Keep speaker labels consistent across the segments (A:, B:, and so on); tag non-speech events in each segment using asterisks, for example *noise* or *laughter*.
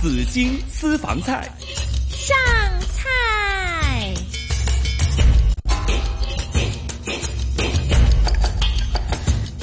A: 紫荆私房菜。
B: 上菜。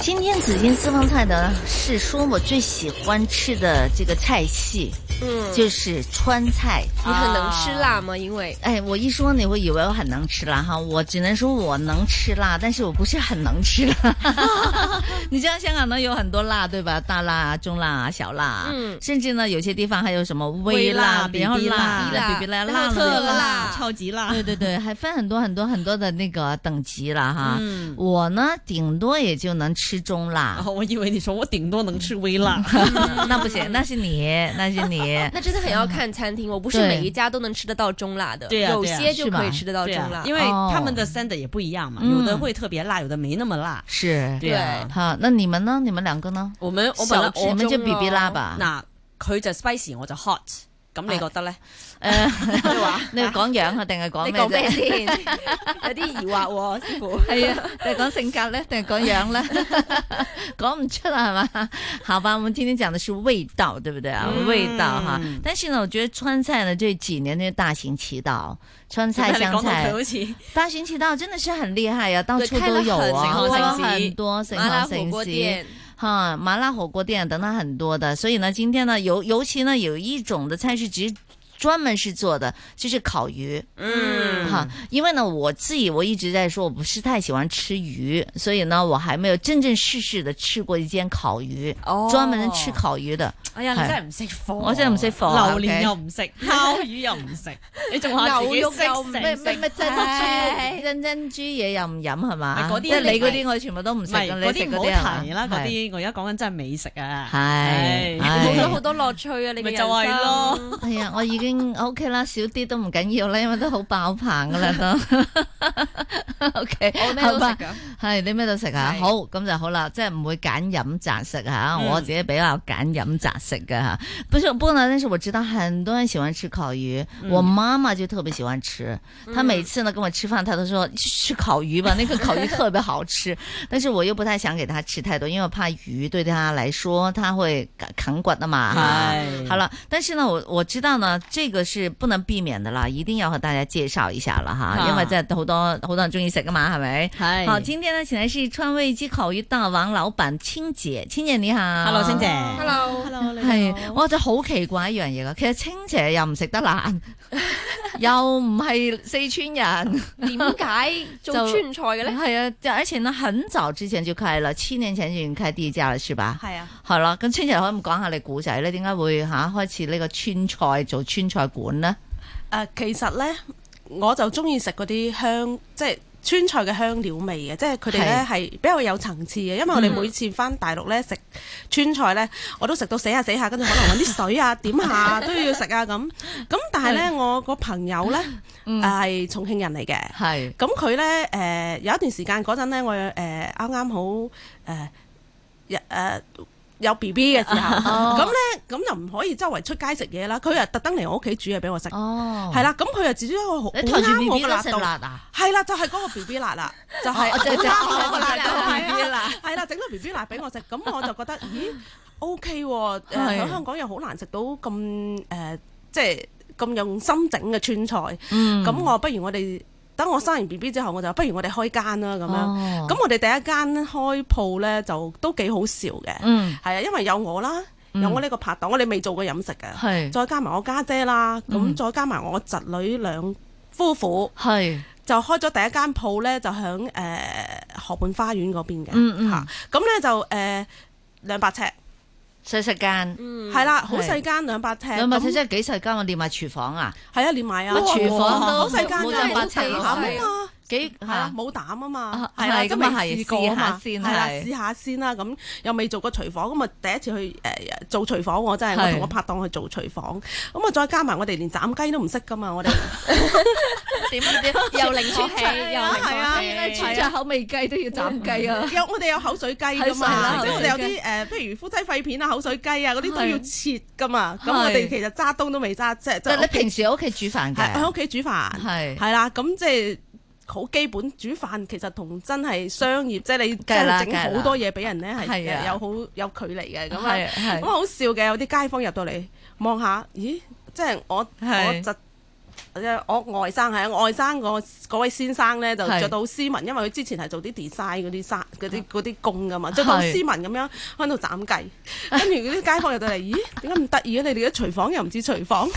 B: 今天紫金私房菜呢，是说我最喜欢吃的这个菜系，
C: 嗯，
B: 就是川菜。
C: 你很能吃辣吗？因为
B: 哎，我一说你会以为我很能吃辣哈，我只能说我能吃辣，但是我不是很能吃辣。 *laughs* 你知道香港呢有很多辣对吧？大辣、中辣、小辣，
C: 嗯
B: 甚至呢有些地方还有什么微
D: 微辣
B: 辣、然后
D: BB 辣
B: 辣、比比辣、辣
C: 特
B: 了
C: 辣
D: 超级辣，
B: 对
D: *laughs*
B: 对对，还分很多很多很多的那个等级了哈。
D: 嗯，哦
B: 我呢，顶多也就能吃中辣
D: 然，后我以为你说我顶多能吃微
B: *laughs*
D: 辣，
B: 那不行，那是你，那是
D: *laughs*
B: 你。
C: 那真的很要看餐厅，我不是
B: 对
C: 每一家都能吃得到中辣的，
D: 对呀
C: 有
D: 对呀
C: 些就是
B: 吧
C: 可以吃得到
D: 对
C: 中
D: 啊
C: 辣，
D: 因为
B: 哦
D: 他们的 stand 也不一样嘛，
B: 嗯
D: 有的会特别辣，有的没那么辣。
B: 是，
D: 对啊，
B: 好，那你们呢？你们两个呢？
D: 我们我本
C: 小
D: 来
C: 吃
B: 你
D: 我
B: 们就
C: 中
B: 比比辣
C: 咯
B: 吧。
D: 嗱佢就 spicy，我就 hot，咁你覺得
B: *laughs*
D: 咧？
B: 诶，
D: 你話
B: 呃 *laughs* 你講樣啊，定係講
C: 你
B: 咩
C: 講咩
B: 啫？
C: 先？啊有啲疑惑 *laughs* 喎，師傅。
B: *laughs* 係啊，你講性格咧，定係講樣咧？ *laughs* 講唔出啊，係嘛？ *laughs* 好吧，我們今天講的是味道，對不對啊？
D: 嗯
B: 味道哈。但是呢，我覺得川菜呢這幾年呢大行其道，川菜、
D: 你
B: 湘
D: 講到
B: 菜
D: 佢。好似
B: 大行其道真的是很厉害呀、到
C: 对
B: 处
C: 开
B: 都
C: 了
B: 有
C: 很
B: 啊，
C: 多
B: 开了
C: 城市
B: 很多省
C: 麻辣
B: 行
C: 火锅
B: 省市
C: 店，
B: 哈，麻辣火锅店等等很多的。所以呢，今天呢，尤尤其呢，有一种的菜是只专门是做的，就是烤鱼。
D: 嗯
B: 哈，因为呢，我自己我一直在说，我不是太喜欢吃鱼，所以呢，我还没有正正式式的吃过一间烤鱼，
C: 哦
B: 专门吃烤鱼的。
D: 哎呀，你
B: 係
D: 真係唔識貨，
B: 我真係唔識貨啊
D: 榴蓮
B: OK
D: 又
B: *laughs*
D: 唔食，烤魚又唔食，你仲話自己
C: 牛肉又唔
D: 識
B: 咩
D: 食
B: 咩咩珍
C: 唉
B: 珠珍珍珠嘢又唔飲係嘛？
D: 咪嗰啲
B: 即係你
D: 你
B: 嗰啲我全部都唔
D: 唔
B: 食
D: 係
B: 㗎，你
D: 嗰
B: 食
D: 啲
B: 嗰
D: 唔
B: 啲啊
D: 好提
B: 係
D: 啦，
B: 嘛
D: 嗰啲我而家講緊真係美食啊，
B: 係
D: 係
B: 係
D: *laughs*
C: 冇咗好多樂趣啊！你嘅
D: 咪就係
C: 人
D: 咯
C: 生。
B: 系啊，我已經 OK 啦，少啲都唔緊要啦，因為都好爆棚噶啦都。OK，
C: 我咩都
B: 好
C: 食
B: 吧
C: 㗎。
B: 係你咩都食啊？
C: 係
B: 好咁就好啦，即係唔會揀飲擇食吓。
D: 嗯
B: 我自己比較揀飲擇食嘅吓。不是，不過呢，但是我知道很多人喜歡吃烤魚，我媽媽就特別喜歡吃。
C: 嗯
B: 她每次呢跟我吃飯，她都說去吃烤魚吧，那個烤魚特別好吃。 *laughs* 但是我又不太想給她吃太多，因為我怕魚對她來說，她會啃骨的嘛。哈
D: 係
B: 好了，但是呢，我我知道呢，这个是不能避免的啦，一定要和大家介绍一下了哈，
D: 啊
B: 因为在好多好多人中意食噶嘛，系咪？
D: 係
B: 好，今天呢，请来是川味鸡烤鱼大王老板青姐，青姐你好
D: Hello，星姐。
C: Hello，
D: Hello，
B: 系，我就好奇怪一樣嘢噶，其實青姐又唔食得
D: *laughs*
B: 辣，又唔係四川人，
C: 點解做
B: 就
C: 川菜嘅 *laughs* 咧？
B: 係啊，就而且呢，很早之前就開了，七年前就已經開第一家了，是吧？
D: 係啊，
B: 係啦，咁青姐可唔可以講下你古仔咧？點解會吓、開始呢個川菜做川菜館呢？
E: 誒、其實呢，我就中意食嗰啲香，即係川菜嘅香料味嘅，即係佢哋呢係比較有層次嘅。因為我哋每次翻大陸呢，食川菜呢，我都食到死下死下，跟住可能揾啲水啊點下都要食啊咁。咁但係呢，我個朋友呢，誒係、重慶人嚟嘅，
B: 係
E: 咁佢呢，誒、有一段時間嗰陣呢，我誒啱啱好誒日誒。有 B B 嘅時候，咁呢，咁就唔可以周圍出街食嘢啦。佢又特登嚟我屋企煮嘢俾我食。
B: 哦，
E: 係，啦，咁佢又自己一個好好
B: 你抬住
E: 啱
B: B
E: 我
B: B
E: 個
B: 都
E: 辣
B: 食
E: 度，
B: 辣啊？
E: 係啦，就係嗰個 B B 辣啦，就係
B: 哦
E: 好
B: 就就
E: 啱我個辣
C: 就
E: 度，
C: 係
E: 係啦，係啦，整咗 B B 辣俾我食，咁我就覺得咦 O K 喎，誒
B: 係
E: 喺香港又好難食到咁誒，即係咁用心整嘅川菜，
B: 嗯
E: 咁我不如我哋等我生完 B B 之後，我就不如我哋開間啦咁樣，
B: 哦
E: 咁我哋第一間開鋪咧就都幾好笑嘅，
B: 嗯
E: 係啊，因為有我啦，有我呢個拍檔，我哋未做過飲食嘅。
B: 係
E: 再加埋我家姐啦，
B: 嗯
E: 咁再加埋我侄女兩夫婦，
B: 係
E: 就開咗第一間鋪咧，就響誒呃河畔花園嗰邊嘅
B: 嗯嗯
E: 嚇。咁咧就誒兩百尺，
B: 細細間，
C: 嗯
E: 係啦，好細間兩百尺，
B: 兩百尺
E: 咁
B: 真係幾細間，我連埋廚房啊，
E: 係啊，連埋啊，
B: 乜廚房都
E: 好細間
B: 冇
E: 㗎，
B: 兩百
E: 冇
B: 尺
E: 膽啊
C: 咁
E: 嘛，
B: 幾
E: 係啊
B: 嚇，
E: 冇膽啊嘛
B: 啊，
E: 係啦，
B: 係
E: 真
B: 咁啊
E: 係
B: 係
E: 試過
B: 試
E: 啊嘛，
B: 下先
E: 係啦，
B: 係
E: 試下先啦，咁又未做過廚房，咁啊第一次去誒做廚房，我真係
B: 係
E: 我同我拍檔去做廚房，咁啊再加埋我哋連斬雞都唔識㗎嘛，
B: *laughs*
E: 我哋。
B: 點點
C: 啊又零 *laughs* 學氣，又零
E: 係啊
C: 學氣。
B: 川菜口味雞都要斬雞啊！
E: 有我哋有口水雞噶
B: 口水啊啦
E: 嘛，即係我哋有
B: 口水
E: 啲誒，譬如夫妻肺片啊、口水雞啊嗰啲都要切噶嘛。咁
B: 係
E: 我哋其實揸刀都未揸，即係即
B: 但係你
E: 係
B: 平時喺屋企煮飯
E: 係喺
B: 嘅，
E: 屋企煮飯，
B: 係
E: 係啦。咁即係好基本煮飯，其實同真係商業，即係你
B: 梗係
E: 真
B: 啦
E: 係整好多嘢俾人咧，
B: 係啊
E: 係有好有距離嘅咁啊。
B: 係係
E: 咁啊好笑嘅，有啲街坊入到嚟望下，咦，即係我
B: 係
E: 我侄。我外甥係啊我外甥嗰嗰位先生咧就
B: 係
E: 着到好斯文，因為佢之前係做啲 design 嗰啲衫嗰啲嗰啲工噶嘛，着到好
B: 係
E: 斯文咁樣喺度斬計，跟住嗰啲街坊入到嚟，咦點解咁得意嘅？你哋嘅廚房又唔似廚房，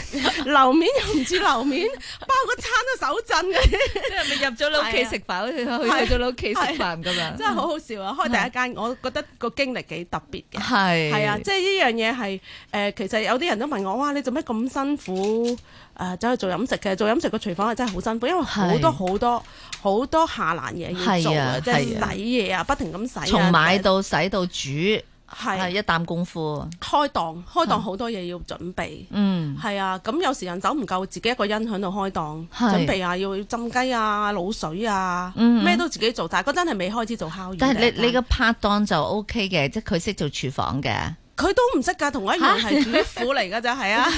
E: 樓面又唔似樓面，包個餐都手震
B: *laughs*
E: 嘅。
B: 即係啊咪入咗你屋企食飯，好似去去咗你屋企食飯咁樣？
E: 真係好好笑啊！開第一間，我覺得個經歷幾特別嘅。
B: 係
E: 係啊，即係呢樣嘢係誒，其實有啲人都問我，哇，你做咩咁辛苦誒、走去做飲食嘅？做飲食個廚房係真係好辛苦，因為好多
B: 係
E: 好多好多下欄嘢要做
B: 係啊
E: 啊，即係洗
B: 係啊
E: 嘢啊，不停咁洗啊，
B: 從買到洗到煮係
E: 係
B: 一啖功夫。
E: 開檔，
B: 係
E: 開檔好多嘢要準備。
B: 嗯，
E: 係啊，咁有時人手唔夠，自己一個人喺度開檔，
B: 係
E: 準備啊，要浸雞啊、滷水啊，
B: 嗯
E: 咩都自己做。但係嗰陣係未開始做烤魚。
B: 但係你你個拍檔就 O K 嘅，即係佢識做廚房嘅。
E: 佢都唔識㗎，同我一樣係主婦嚟㗎咋，係啊，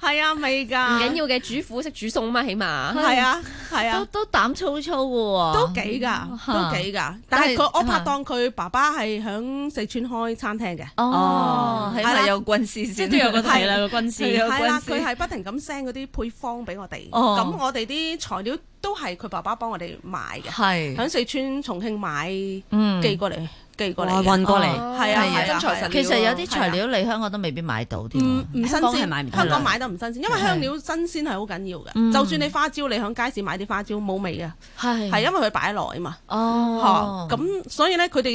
E: 係啊，未
C: 唔
E: 㗎，
C: 緊要嘅，主婦識煮餸嘛，起碼
E: 係啊，係
B: 都
E: 啊，
B: 都膽粗粗嘅喎，
E: 都幾㗎，都幾㗎。但係佢我拍檔佢爸爸係響四川開餐廳嘅，
B: 哦，起
E: 係啦
B: 碼有軍師
D: 即
B: 先，
D: 係都有個題啦，個軍師
B: 有
E: 係啦，
B: 關係
E: 佢係不停咁 send 嗰啲配方俾我哋，
B: 哦
E: 咁我哋啲材料都係佢爸爸幫我哋買嘅，
B: 係
E: 響四川重慶買
B: 嗯
E: 寄過嚟，寄過嚟
D: 哇
E: 嘅，
D: 運過嚟，
B: 哦係
E: 係啊，
B: 啊
E: 係啊嗯
D: 真材實料
B: 其實有啲材料嚟香港都未必買到添。
E: 唔唔新
D: 香港係買唔
E: 鮮，
D: 到
E: 香港
D: 嘅
E: 買得唔新鮮，因為香料新鮮係好緊要
B: 嗯
E: 嘅。就算你花椒，你喺街市買啲花椒冇味嘅，
B: 係
E: 係因為佢擺耐啊嘛。
B: 哦，
E: 嚇咁所以咧，佢哋誒，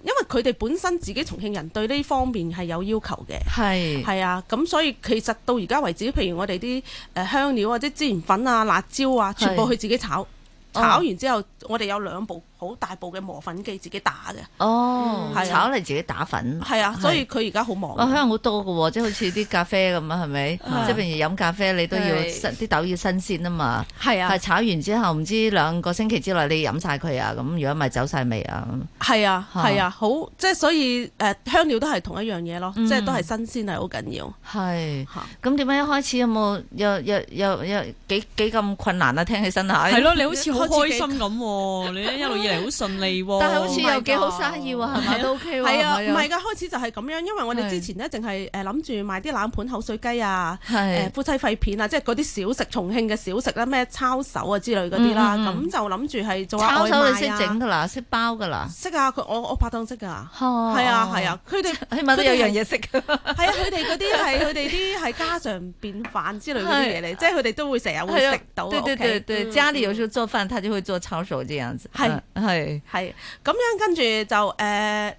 E: 因為佢哋本身自己重慶人對呢方面係有要求嘅。
B: 係
E: 係啊，咁所以其實到而家為止，譬如我哋啲誒香料啊、即孜然粉啊、辣椒啊，全部
B: 係
E: 佢自己炒，炒完之後，我哋有兩部好大部嘅磨粉機自己打嘅。
B: 哦
E: 嗯，係啊
B: 炒嚟自己打粉。
E: 係啊，所以佢而家好忙
B: 哇，嗯哦香
E: 嘅。
B: 港好多嘅喎，即係好似啲咖啡咁啊，係咪？
E: 啊
B: 即係譬如飲咖啡，你都要
E: 係
B: 新啲豆要新鮮啊嘛。
E: 係啊
B: 係，炒完之後，唔知兩個星期之內你飲晒佢啊，咁如果咪走晒味啊。咁
E: 係啊，
B: 嚇
E: 係啊，好即係所以誒、呃香料都係同一樣嘢咯，
B: 嗯
E: 即係都係新鮮係好緊要
B: 係，
E: 嚇。
B: 咁點解一開始有冇有有有有幾幾咁困難啊？聽起身係
D: 係，咯，哦你好似好開心咁喎，你一路以嚟好順利喎，
B: 但係好似又幾好生意喎，係咪都 OK 喎？
E: 哦係啊，
B: 係
E: 唔係㗎，開始就係咁樣，因為我哋之前咧淨係誒諗住賣啲冷盤口水雞啊。誒
B: 係
E: 夫妻肺片啊，即係嗰啲小食，重慶嘅小食啦，咩抄手啊之類嗰啲啦，
B: 嗯
E: 咁、
B: 嗯嗯
E: 就諗住係做下
B: 抄
E: 外
B: 手你
E: 賣
B: 識整
E: 啊。
B: 㗎啦，識包㗎啦，
E: 識啊，佢我我拍檔識噶，
B: 哦
E: 係啊係啊，佢哋係
B: 起碼都有樣嘢識㗎。
E: 啊，佢哋嗰啲係佢哋啲係家常便飯之類嗰啲嘢嚟，即係佢哋都會成日會
B: 係啊
E: 食到啊。
B: 對對對
E: OK
B: 對，家裡有時候做飯，他就會做抄手這樣子。
E: 係
B: 嗯係
E: 係咁樣，跟住就誒、呃、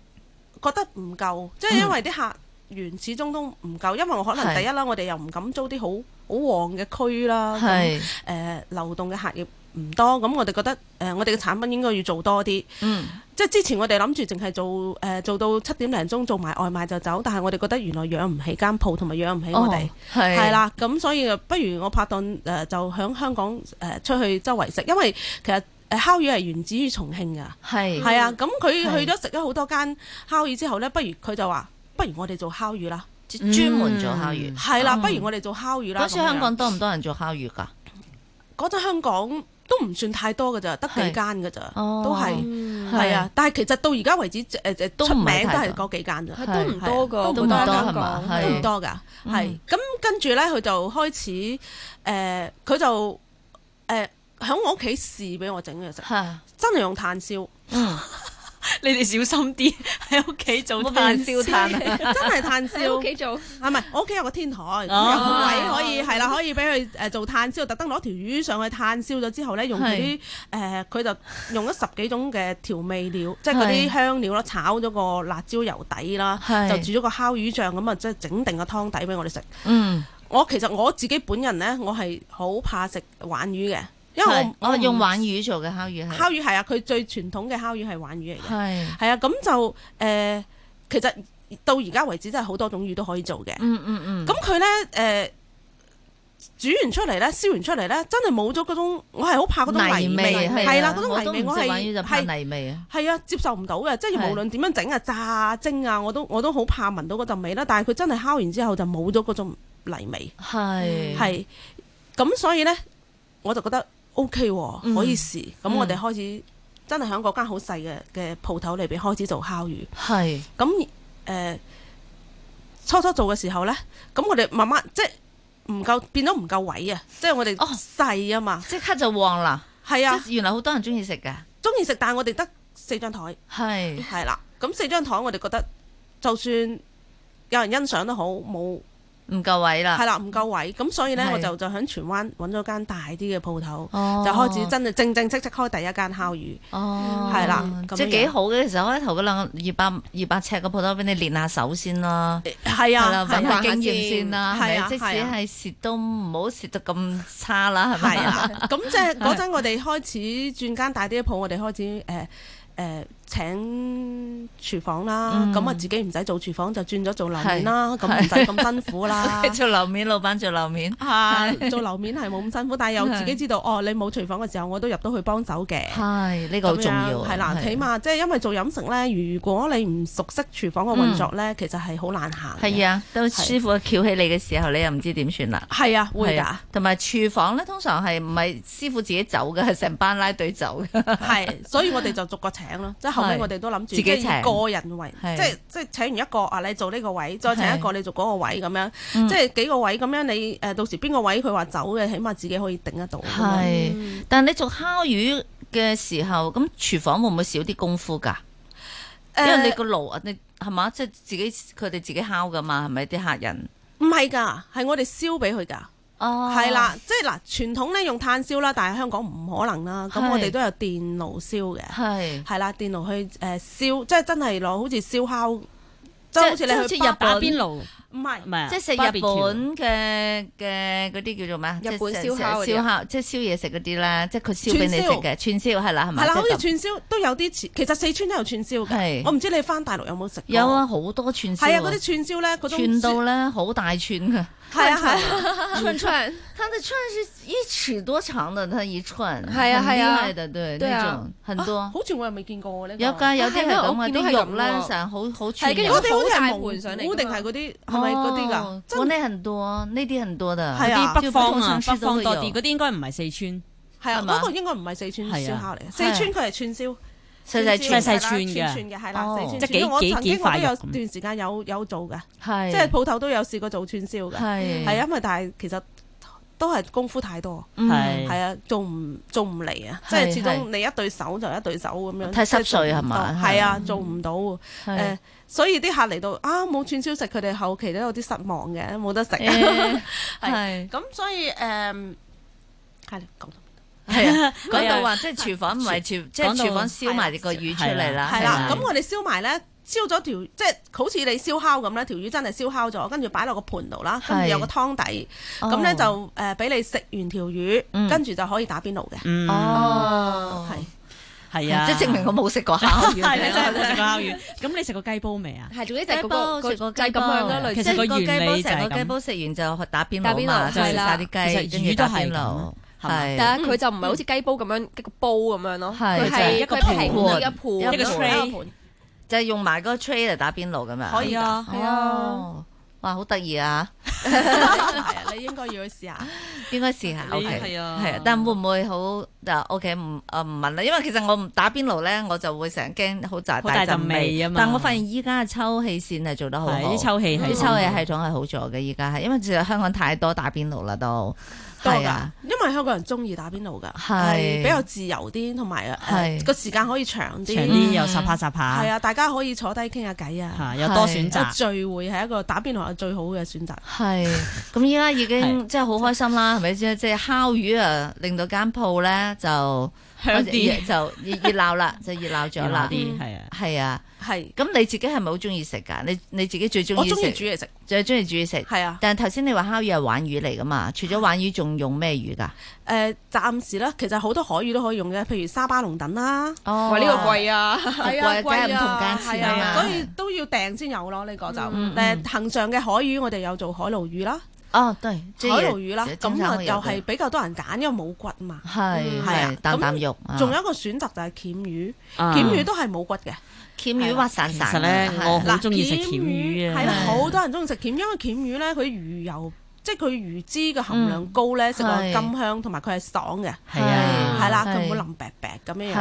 E: 覺得唔夠，即係因為啲客源始終都唔夠，因為我可能
B: 嗯係
E: 第一啦，我哋又唔敢租啲好好旺嘅區啦，咁
B: 係，
E: 誒、呃、流動嘅客業唔多，咁我哋覺得誒、呃我哋嘅產品應該要做多啲。
B: 嗯
E: 即係之前我哋諗住淨係做誒、呃做到七點零鐘做埋外賣就走，但係我哋覺得原來養唔起間鋪，同埋養唔起我哋。
B: 哦係
E: 係，啦，咁所以呃不如我拍檔誒、呃就響香港誒、呃出去周圍食，因為其實誒烤魚係源自於重慶㗎。
B: 係
E: 係啊，咁佢
B: 係
E: 去咗食咗好多間烤魚之後呢，不如佢就話，不如我哋做烤魚啦。
B: 專專門做烤魚。
E: 係啦，
B: 嗯
E: 不如我哋做烤魚啦。
B: 嗰時
E: 咁樣
B: 香港多唔多人做烤魚㗎？
E: 嗰陣香港都唔算太多㗎咋，得幾間㗎咋，
B: 哦
E: 都係
C: 嗯
E: 係啊。但係其實到而家為止，誒誒
B: 都唔係
E: 出名都
B: 太
E: 係
B: 多
E: 嗰幾間咋。
C: 係都唔多
E: 係
C: 噶，
E: 啊
B: 都唔多係
C: 香
B: 嘛
C: 港
B: 係
E: 都唔多㗎，
B: 嗯
E: 係咁跟住咧，佢就開始誒，呃佢就誒喺我屋企試俾我整嘅食，
B: 嚇，
E: 真係用炭燒， *laughs*
B: 嗯，
D: *laughs* 你哋小心啲喺屋企做
B: 我俾
D: 炭
B: 人
D: 燒
B: 燒炭啊！
E: 真係炭
C: 喺
E: 燒
C: 屋。企做，
E: 啊，唔係，我屋企有個天台，咁
D: 哦
E: 有個位可以係啦，可以俾佢誒做炭燒，特登攞條魚上去炭燒咗之後咧，用佢啲誒，佢就用咗十幾種嘅調味料，即係嗰
B: 係
E: 啲香料啦，炒咗個辣椒油底啦，
B: 係
E: 就煮咗個烤魚醬咁啊，即係整定個湯底俾我哋食。
B: 嗯，
E: 我其實我自己本人咧，我係好怕食皖魚嘅，因為
B: 係
E: 我
B: 我用
E: 皖
B: 皖魚做嘅烤魚係
E: 烤魚係啊，佢最傳統嘅烤魚係皖魚嚟嘅。
B: 係，
E: 係啊，咁就誒、呃其實到而家為止真係好多種魚都可以做嘅。
B: 嗯嗯嗯，
E: 咁佢咧誒煮完出嚟咧，燒完出嚟咧，真係冇咗嗰種，我係好怕嗰種
B: 泥
E: 泥
B: 味
E: 味，
B: 係
E: 係啦，
B: 啊
E: 嗰種
B: 我
E: 泥
B: 都
E: 味
B: 唔
E: 我
B: 食皖魚
E: 係
B: 就怕
E: 係
B: 泥味啊，
E: 係啊接受唔到嘅，即係
B: 係
E: 無論點樣整啊、炸啊蒸啊，我都我都好怕聞到嗰陣味啦。但係佢真係烤完之後就冇咗嗰種泥味，
B: 係
E: 係咁所以咧我就覺得。 OK 喎，可以試。咁、我哋
B: 嗯
E: 開始真係喺嗰間好細嘅嘅鋪頭裏邊開始做烤魚。
B: 係
E: 咁誒、呃初初做嘅時候呢，咁我哋慢慢即係唔夠變咗唔夠位啊，即係我哋
B: 哦
E: 細啊嘛，
B: 即刻就旺啦，
E: 係啊，
B: 即原來好多人中意食嘅，
E: 中意食，但係我哋得四張台，
B: 係
E: 係啦，咁四張台我哋覺得就算有人欣賞都好，冇
B: 唔夠位啦
E: 係，啦唔夠位，咁所以呢，
B: 啊係
E: 我就就喺荃灣揾咗間大啲嘅鋪頭，
B: 哦
E: 就開始真係正正式式開第一間烤魚，
B: 哦，
E: 係啦咁
B: 即係
E: 樣
B: 幾好嘅。其實開頭嗰兩二百二百尺嘅鋪頭，俾你練下手先啦，
E: 係
B: 係
E: 啊
B: 啦，，揾
E: 係
B: 下
E: 啊
C: 下
B: 經驗先啦，係
E: 係
B: 咪？
E: 啊
B: 即使
E: 係啊
B: 係蝕都唔好蝕到咁差啦，係咪？
E: 係
B: *laughs*
E: 啊，咁即係嗰陣我哋開始轉間大啲嘅鋪，我哋開始誒誒、呃呃請廚房啦，
B: 嗯
E: 咁啊、自己唔使做廚房就轉咗做樓面啦，咁唔使咁辛苦
B: *laughs*。
E: 啦
B: 做樓面老闆做樓面，
E: 啊，做樓面係冇咁辛苦，但係又自己知道哦，你冇廚房嘅時候，我都入到去幫手嘅。
B: 係呢個 *laughs* 好
E: 咁樣
B: 重要，
E: 啊係啦，起碼即係因為做飲食呢，如果你唔熟悉廚房嘅運作呢，其實係好難行嘅。
B: 嗯係啊。當師傅翹起你嘅時候，你又唔知點算啦。
E: 係啊，會
B: 係
E: 㗎
B: 啊，，同埋廚房咧，通常係唔係師傅自己走嘅，係 *laughs* 成班拉隊走嘅。
E: 係，所以我哋就逐個請
B: *laughs*
E: 咯，即係後尾
B: 係
E: 我哋都諗住
B: 自
E: 即
B: 己
E: 係
B: 請
E: 以個人為，
B: 係
E: 即係即係請完一個啊，你做呢個位，再請一個你做嗰個位咁樣，
B: 嗯
E: 即係幾個位咁樣你誒到時邊個位佢話走嘅，起碼自己可以頂得到。咁樣
B: 係，但你做烤魚嘅時候，咁廚房會唔會少啲功夫㗎？因為你
E: 誒
B: 個爐啊，你係嘛，即係自己佢哋自己烤㗎嘛，係咪啲客人？
E: 唔係㗎，係我哋燒俾佢㗎。
B: 哦
E: 係啦，，即係嗱，傳統咧用炭燒啦，但係香港唔可能啦。咁
B: 係
E: 我哋都有電爐燒嘅，
B: 係，
E: 係啦，電爐去誒、呃、燒，即係真係攞好似燒烤，即係好似
B: 即係好
E: 你
B: 似日
E: 去巴
B: 本
D: 打邊爐
E: 唔係
D: 唔係啊
B: 即係食
D: barbecue
B: 日本嘅嘅嗰啲叫做咩啊？
C: 日本
B: 即係
C: 燒烤嗰啲
B: 燒烤，即係燒嘢食嗰啲啦，即係佢燒俾你食嘅串燒係啦，係咪？
E: 係啦，
B: 即
E: 好
B: 係
E: 似
B: 咁
E: 串燒都有啲似，其實四川都有串燒
B: 係
E: 嘅。我唔知你翻大陸有冇食過？
B: 有啊，，好多串燒。
E: 係啊，嗰啲串燒咧，嗰種
B: 串到咧好大串㗎。
E: 係啊係啊，
C: 串串
B: 它的串是一尺多長的，它一串，
C: 係啊
B: 很
C: 係啊
B: 厲害的，對，
C: 對啊
B: 那種很多。
E: 好似我又未見過喎呢個。
B: 有㗎，有啲係咁嘅，
C: 係咩我見到
B: 啲
C: 係
B: 肉
C: 咁
B: 咧
C: 喎
B: 成好好串
C: 跟
B: 嘅
C: 住。
E: 嗰啲好
C: 好
E: 似
C: 大
E: 係
C: 盤
E: 蒙
C: 上嚟㗎
E: 古
C: 嘛
E: 定係嗰啲係咪嗰啲㗎
B: 哦？國內很多，內地很多的。
E: 係啊
D: 啲北方啊，
B: 就
D: 北
B: 普通
D: 方多
B: 常
D: 啲，
B: 識
D: 嗰啲應該唔係四川，
E: 係
B: 係
E: 啊，
B: 嘛
E: 嗰個應該唔係四川
D: 係啊
E: 燒烤嚟嘅，
B: 係啊
E: 四川佢係串燒。
B: 細細
D: 串
B: 串，
D: 細細
E: 串
D: 串嘅
E: 嘅係啦，
B: 哦
E: 四川
B: 即
D: 係幾
E: 因為我
D: 幾
E: 曾經
D: 幾
E: 我
D: 塊
E: 都有
D: 肉咁
E: 段時間有有做嘅，
B: 係
E: 即係鋪頭都有試過做串燒嘅，
B: 係
E: 係啊因為但係其實都係功夫太多，
B: 嗯
D: 係
E: 係啊，做唔做唔嚟啊，即
B: 係
E: 係始
B: 係
E: 終你一對手就一對手咁樣，
B: 太濕
E: 即做唔
B: 碎係嘛
E: 到
B: 係
E: 係啊，做唔到喎誒、
B: 係
E: 所以啲客嚟到啊冇串燒食，佢哋後期都有啲失望嘅，冇得食。
B: 誒
E: *laughs* 咁、
B: 係
E: 所以誒，係啦講到
B: 係啊，講
D: 係
B: 到
D: 啊
B: 話即係廚房唔係廚，即係
D: 講到
B: 廚房燒埋個魚出嚟啦。
E: 係啦，
B: 係
E: 咁我哋燒埋咧。燒咗條即係好似你燒烤咁咧，條魚真係燒烤咗，跟住擺落個盤度啦，跟
B: 係哦
E: 住有個湯底，咁咧就誒俾你食完條
B: 嗯
E: 魚，跟住就可以打
B: *laughs*
E: 邊爐嘅，
D: 嗯，
B: 哦，
E: 係
D: 係啊，
B: 即係證
D: *laughs*
B: 明我冇 *laughs* 食過烤魚。
D: 係啊你真係冇食過烤魚，咁你食過雞煲未啊？
C: 係，總之就係
B: 雞
C: 嗰
B: 煲
C: 個
B: 食個
C: 個就
B: 雞
C: 係咁啊
B: 煲
C: 樣咯，類
D: 其
C: 似
D: 實個
B: 即係
D: 原
B: 個
D: 理
B: 雞煲
D: 就係咁
B: 成個雞煲食完就打邊爐啊嘛，就
C: 打邊爐
B: 食晒啲雞，
D: 其實
B: 跟住
D: 魚都
B: 打
D: 係
B: 邊爐，
D: 咁係咪
B: 係
C: 但係佢就唔係啊好似雞煲咁樣一個煲咁樣咯，
B: 係
C: 佢
B: 就嗯係
C: 係
D: 一個
C: 佢
D: 盤
C: 平
B: 一
C: 嘅
B: 個
C: 盤，
B: 盤
C: 一個盤，
B: 就係用埋嗰個 tray 嚟打邊爐咁樣。
E: 可以
D: 啊
E: 㗎，係啊，
B: 哦，哇，好得意啊！
E: 係啊，你應該要去試下。
B: 應該試下
D: 你
B: ，O K，
D: 係啊
B: 係啊，但會唔會好就 O K 唔啊唔問啦，因為其實我唔打邊爐咧，我就會成日驚好大
D: 好大
B: 陣
D: 陣味啊嘛
B: 但我發現依家嘅抽氣扇係做得好
D: 係
B: 好，
D: 啲抽氣
B: 啲抽
D: 係
B: 氣系統係好咗嘅，依家係因為其實香港太多打邊爐啦，都
E: 多
B: 係
E: 㗎
B: 啊，，
E: 因為香港人中意打邊爐㗎，
B: 係
E: 係比較自由啲，同埋
B: 係
E: 誒個時間可以長
D: 長
E: 啲，
D: 啲又霎下霎下，
E: 係啊，大家可以坐低傾下偈啊，
D: 嚇有多選擇。
E: 聚會係一個打邊爐係最好嘅選擇。
B: 係咁依家已經即係好開心啦，係咪先？即係烤魚啊，令到間鋪咧就
D: 香啲
B: 就熱熱鬧啦，就熱鬧咗啦
D: 辣，啲係啊，
B: 係啊。
E: 係，
B: 咁你自己係咪好中意食㗎？你你自己最中
E: 我
B: 意
E: 中意
B: 食
E: 煮？嘢食，
B: 最中意煮嘢食。
E: 係啊。
B: 但係頭先你話烤魚係鯇魚嚟噶嘛？除咗鯇魚，仲用咩魚㗎？
E: 誒、暫時咧，其實好多海魚都可以用嘅，譬如沙巴龍躉啦，
B: 哦
C: 哇！呢個貴啊，
E: 係
B: 貴梗係唔同價錢啊嘛
E: 所以都要訂先有咯，呢、個就誒、
B: 嗯嗯
E: 恆常嘅海魚，我哋有做海鱸魚啦，
B: 哦，對，即係
E: 海鱸魚啦，
B: 正
E: 咁
B: 常
E: 啊
B: 會
E: 又
B: 有
E: 係比較多人揀，因為冇骨嘛，
B: 係
E: 嗯係啊
B: 係啖啖肉。啊
E: 仲有一個選擇就係鉗魚，
D: 啊
E: 鉗魚都係冇骨嘅。
B: 鉗魚滑散
D: 其
B: 散。
D: 實咧，
B: 啊係
D: 我好
E: 嗱
D: 中意食鰭魚
E: 係
D: 啊
E: 啦，，好多人中意食鉗，因為鉗魚咧佢啲魚油即係佢魚脂嘅含量高咧，食落
B: 係
E: 甘香，同埋佢係爽嘅，
B: 係啊，
E: 係啦，佢
B: 係
E: 唔會腍白白咁樣樣。
B: 係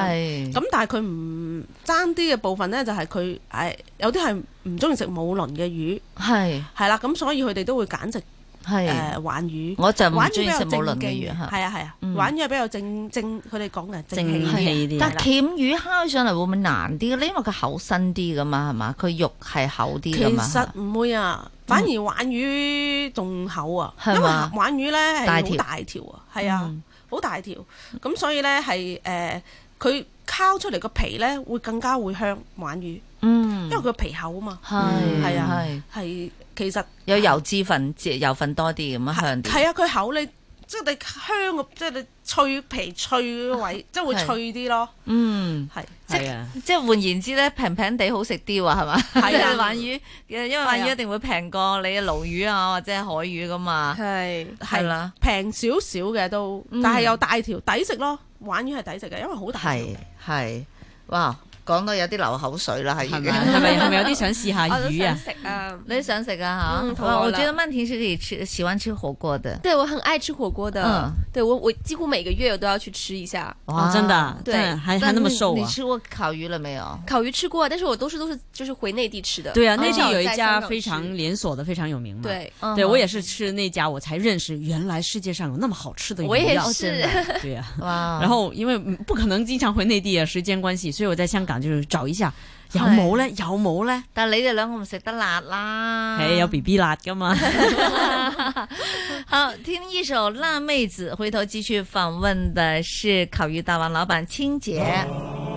E: 啊咁但係佢唔爭啲嘅部分咧，就係佢誒有啲係唔中意食冇鱗嘅魚，
B: 係
E: 係啦，咁所以佢哋都會揀食
B: 係，
E: 誒皖魚。
B: 我就唔
E: 皖魚
B: 中
E: 比
B: 意
E: 較
B: 食冇鱗
E: 正
B: 嘅
E: 氣
B: 魚嚇。
E: 係啊係啊，
B: 嗯
E: 皖魚係比較正正，佢哋講嘅正
D: 正
E: 氣啲。
D: 氣啲。啊
B: 但鉗魚烤起上嚟會唔會難啲咧？因為佢厚身啲噶嘛，係嘛？佢肉係厚啲
E: 其
B: 噶嘛。係嘛
E: 實唔會啊，反而皖魚仲厚啊，因
B: 嗯係
E: 為
B: 嘛
E: 皖魚咧
B: 大
E: 係
B: 條
E: 好大條啊，係啊
B: 嗯，
E: 好大條，咁所以咧係誒佢烤出嚟個皮咧會更加會香皖魚，
B: 嗯，
E: 因為佢皮厚啊嘛，
B: 係
E: 係啊
B: 係
E: 係其實
B: 有油脂分，即油分多啲咁樣香啲。
E: 係啊，佢厚你即係你香個即係你脆皮脆嗰位，即係會
B: 係
E: 脆啲咯，
B: 嗯，
E: 係。
B: 即
D: 係啊，
B: 即係換言之咧，平平地好食啲喎，係嘛？ *laughs* 即
E: 係
B: 係
E: 啊
B: 皖魚，因為皖魚一定會平過你嘅鱸魚啊，或者係海魚噶嘛。
C: 係
B: 係啦，
E: 平少少嘅都，
B: 嗯
E: 但係又大條抵食咯。皖魚係抵食嘅，因為好大條
B: 係係，哇！講到有啲流口水啦，係已經
D: 係咪。係咪係咪有啲想試下
C: 我都
D: 魚
C: 想
D: 啊？
C: 食啊！
B: 你想食啊
C: 嗯
B: 吓？
C: 肚
B: 哇
C: 餓
B: 我
C: 了
B: 觉得曼婷是可以吃，喜欢吃火锅的。
C: 对我很爱吃火锅的，
B: 嗯
C: 对我我几乎每个月我都要去吃一下
D: 哦，真的啊，
C: 对
D: 真的还还
B: 但
D: 那么
B: 你
D: 瘦
B: 你
D: 啊？
B: 吃过烤鱼了没有？
C: 烤鱼，吃啊过，但是我都是都是就是回内地吃的。
D: 对啊，
C: 很
D: 内地
C: 少
D: 有一
C: 嗯在
D: 家
C: 香港
D: 非
C: 吃
D: 常连锁的，非常有名嘛。，
C: 对，
B: 嗯
D: 对我
B: 哼
D: 也是吃那家，我才认识原来世界上有那么好吃的
C: 我
D: 鱼
C: 也
D: 料。
C: 是
B: 真的
C: *laughs*
D: 对呀、
B: 哇，
D: 然后因为嗯不可能经常回内地啊，时间关系，所以我在香港就是找一下有冇咧，有冇咧，
B: 但你哋兩個唔食得辣
C: 嗯
B: 啦。
D: 哎，有 B B 辣噶嘛？
B: 好，听一首《辣妹子》，回头继续访问的是烤鱼大王老板青姐。